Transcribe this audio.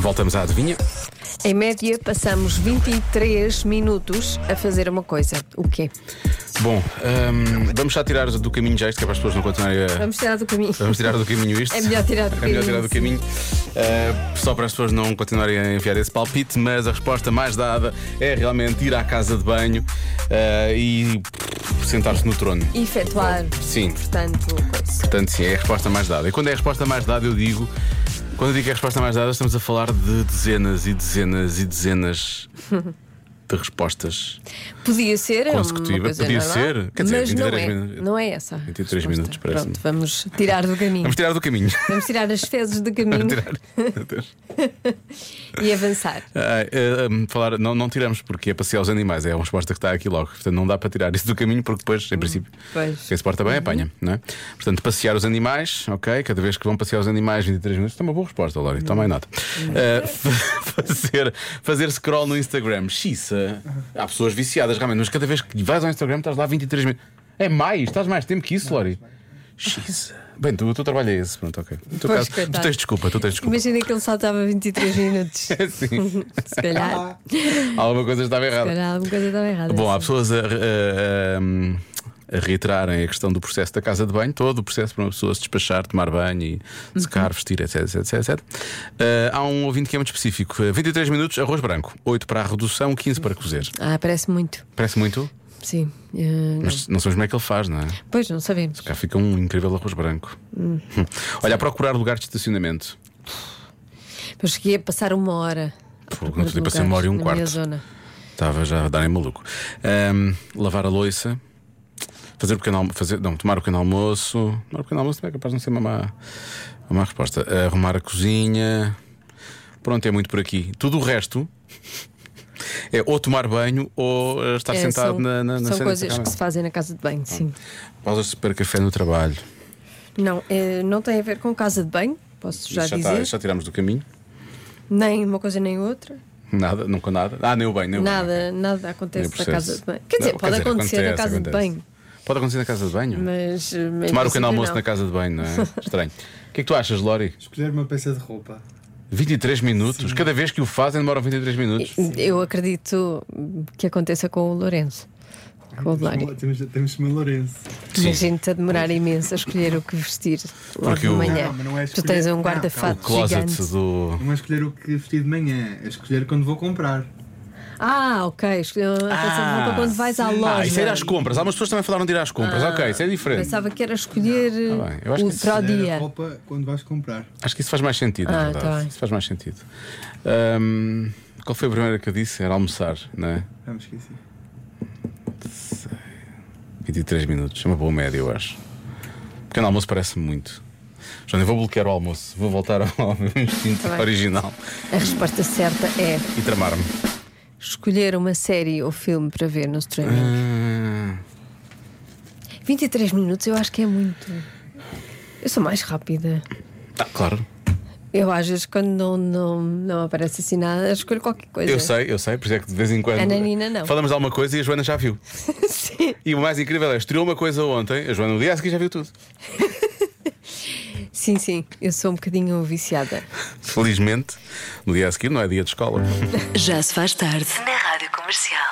Voltamos à adivinha. Em média, passamos 23 minutos a fazer uma coisa. O quê? Bom, hum, vamos já tirar do caminho já isto, que é para as pessoas não continuarem a. Vamos tirar do caminho. Vamos tirar do caminho isto. É melhor tirar do É melhor caminho, tirar do sim. caminho. Uh, só para as pessoas não continuarem a enviar esse palpite, mas a resposta mais dada é realmente ir à casa de banho uh, e pff, sentar-se no trono. Efetuar, Sim, portanto, coisa. portanto, sim, é a resposta mais dada. E quando é a resposta mais dada, eu digo. Quando eu digo que é a resposta mais dada, estamos a falar de dezenas e dezenas e dezenas de respostas. Podia ser é uma Consecutiva, coisa podia normal, ser. Quer dizer, mas 23 não é. minutos. Não é essa. a 23 resposta. minutos, parece-me. Pronto, vamos tirar do caminho. Vamos tirar do caminho. Vamos tirar as fezes do caminho tirar. Meu Deus. e avançar. Ah, eh, hum, falar, não, não tiramos porque é passear os animais, é uma resposta que está aqui logo. Portanto, não dá para tirar isso do caminho porque depois, em princípio, Hum, pois. Uhum. quem se porta bem apanha, não é? Portanto, passear os animais, ok? Cada vez que vão passear os animais 23 minutos, está uma boa resposta, Lori, toma aí Uhum. nota. Ah, fa- fazer, fazer scroll no Instagram, xiça. Uhum. Há pessoas viciadas realmente, mas cada vez que vais ao Instagram estás lá 23 minutos. É mais, estás mais tempo que isso, Lori. Xiça. Bem, tu, tu trabalho é esse, pronto, ok. No teu Pois, caso, tu coitado. tens desculpa, tu tens desculpa. Imagina que ele saltava 23 minutos. Sim, Se Ah. calhar. alguma coisa estava Se errada. calhar alguma coisa estava errada. Bom, há pessoas a, a- a- a reiterarem a questão do processo da casa de banho, todo o processo para uma pessoa se despachar, tomar banho e secar, Uhum. vestir, etc. etc, etc, etc. Ah, há um ouvinte que é muito específico: Eh, 23 minutos, arroz branco, 8 para a redução, 15 para cozer. Ah, parece muito. Parece muito, Sim. Eh, não. mas não sabemos como é que ele faz, não é? Pois, não sabemos. Cá fica um incrível arroz branco. Hum. Olha, a procurar lugar de estacionamento. Eu cheguei a passar uma hora. Pô, não podia passar uma hora e um na minha quarto. zona. Estava já a darem maluco. Ahm, lavar a louça, fazer o pequeno almoço, fazer, não, tomar o pequeno almoço. Tomar o pequeno almoço também é capaz de não ser uma má, uma má resposta. Arrumar a cozinha. Pronto, é muito por aqui. Tudo o resto é ou tomar banho ou eh, estar É, sentado são, na, na, na são cena de coisas cama. Hum. que se fazem na casa de banho, sim. Pausas para café no trabalho. Não, eh, não tem a ver com casa de banho, posso já, já, dizer. tá- já tiramos do caminho. Nem uma coisa nem outra. Nada, nunca nada. Ah, nem o banho, nem o banho. Nada, nada Nem acontece o na processo. casa de banho. Quer dizer, Não, pode acontecer na acontece, casa acontece. de banho, Pode acontecer na casa de banho. mas. eh, em Tomar o princípio, pequeno almoço não. na casa de banho, não é? Estranho. O que é que tu achas, Lori? Escolher uma peça de roupa. 23 minutos? Cada vez que o fazem demoram 23 minutos. Eu acredito que aconteça com o Lourenço. Com o Lório. Temos, temos uma Lourenço. Sim. Imagina-te a demorar imenso a escolher o que vestir logo Porque de o- manhã. Não, mas não é tu escolher- tens um Não, O guarda-fato closet gigante. do. Não é escolher o que vestir de manhã, é escolher quando vou comprar. Ah, ok. Escolheu a peça de roupa quando vais à loja. Ah, Ah, isso era às compras. Algumas pessoas também falaram de ir às compras. ok, isso é diferente. Pensava que era escolher Não. Ah, bem, eu acho o que isso para o Escolher dia. a roupa quando vais comprar. Acho que isso faz mais sentido, Ah, na tá verdade. bem. isso faz mais sentido. Ahm, qual foi a primeira que eu disse? Era almoçar, não é? Vamos esquecer. 23 minutos. É uma boa média, eu acho. Pequeno almoço parece muito. Joana, eu vou bloquear o almoço. Vou voltar ao meu instinto Tá bem. original A resposta certa é e tramar-me. escolher uma série ou filme para ver no streaming. Ah, 23 minutos eu acho que é muito. Eu sou mais rápida. ah, claro. Eu às vezes quando não, não, não aparece assim nada, escolho qualquer coisa. Eu sei, eu sei, por isso é que de vez em quando. A Nanina não. Falamos de alguma coisa e a Joana já viu. Sim. E o mais incrível é, estreou uma coisa ontem, a Joana no dia a seguir já viu tudo. sim, sim, eu sou um bocadinho viciada. Felizmente, no dia a seguir não é dia de escola. Já se faz tarde na Rádio Comercial.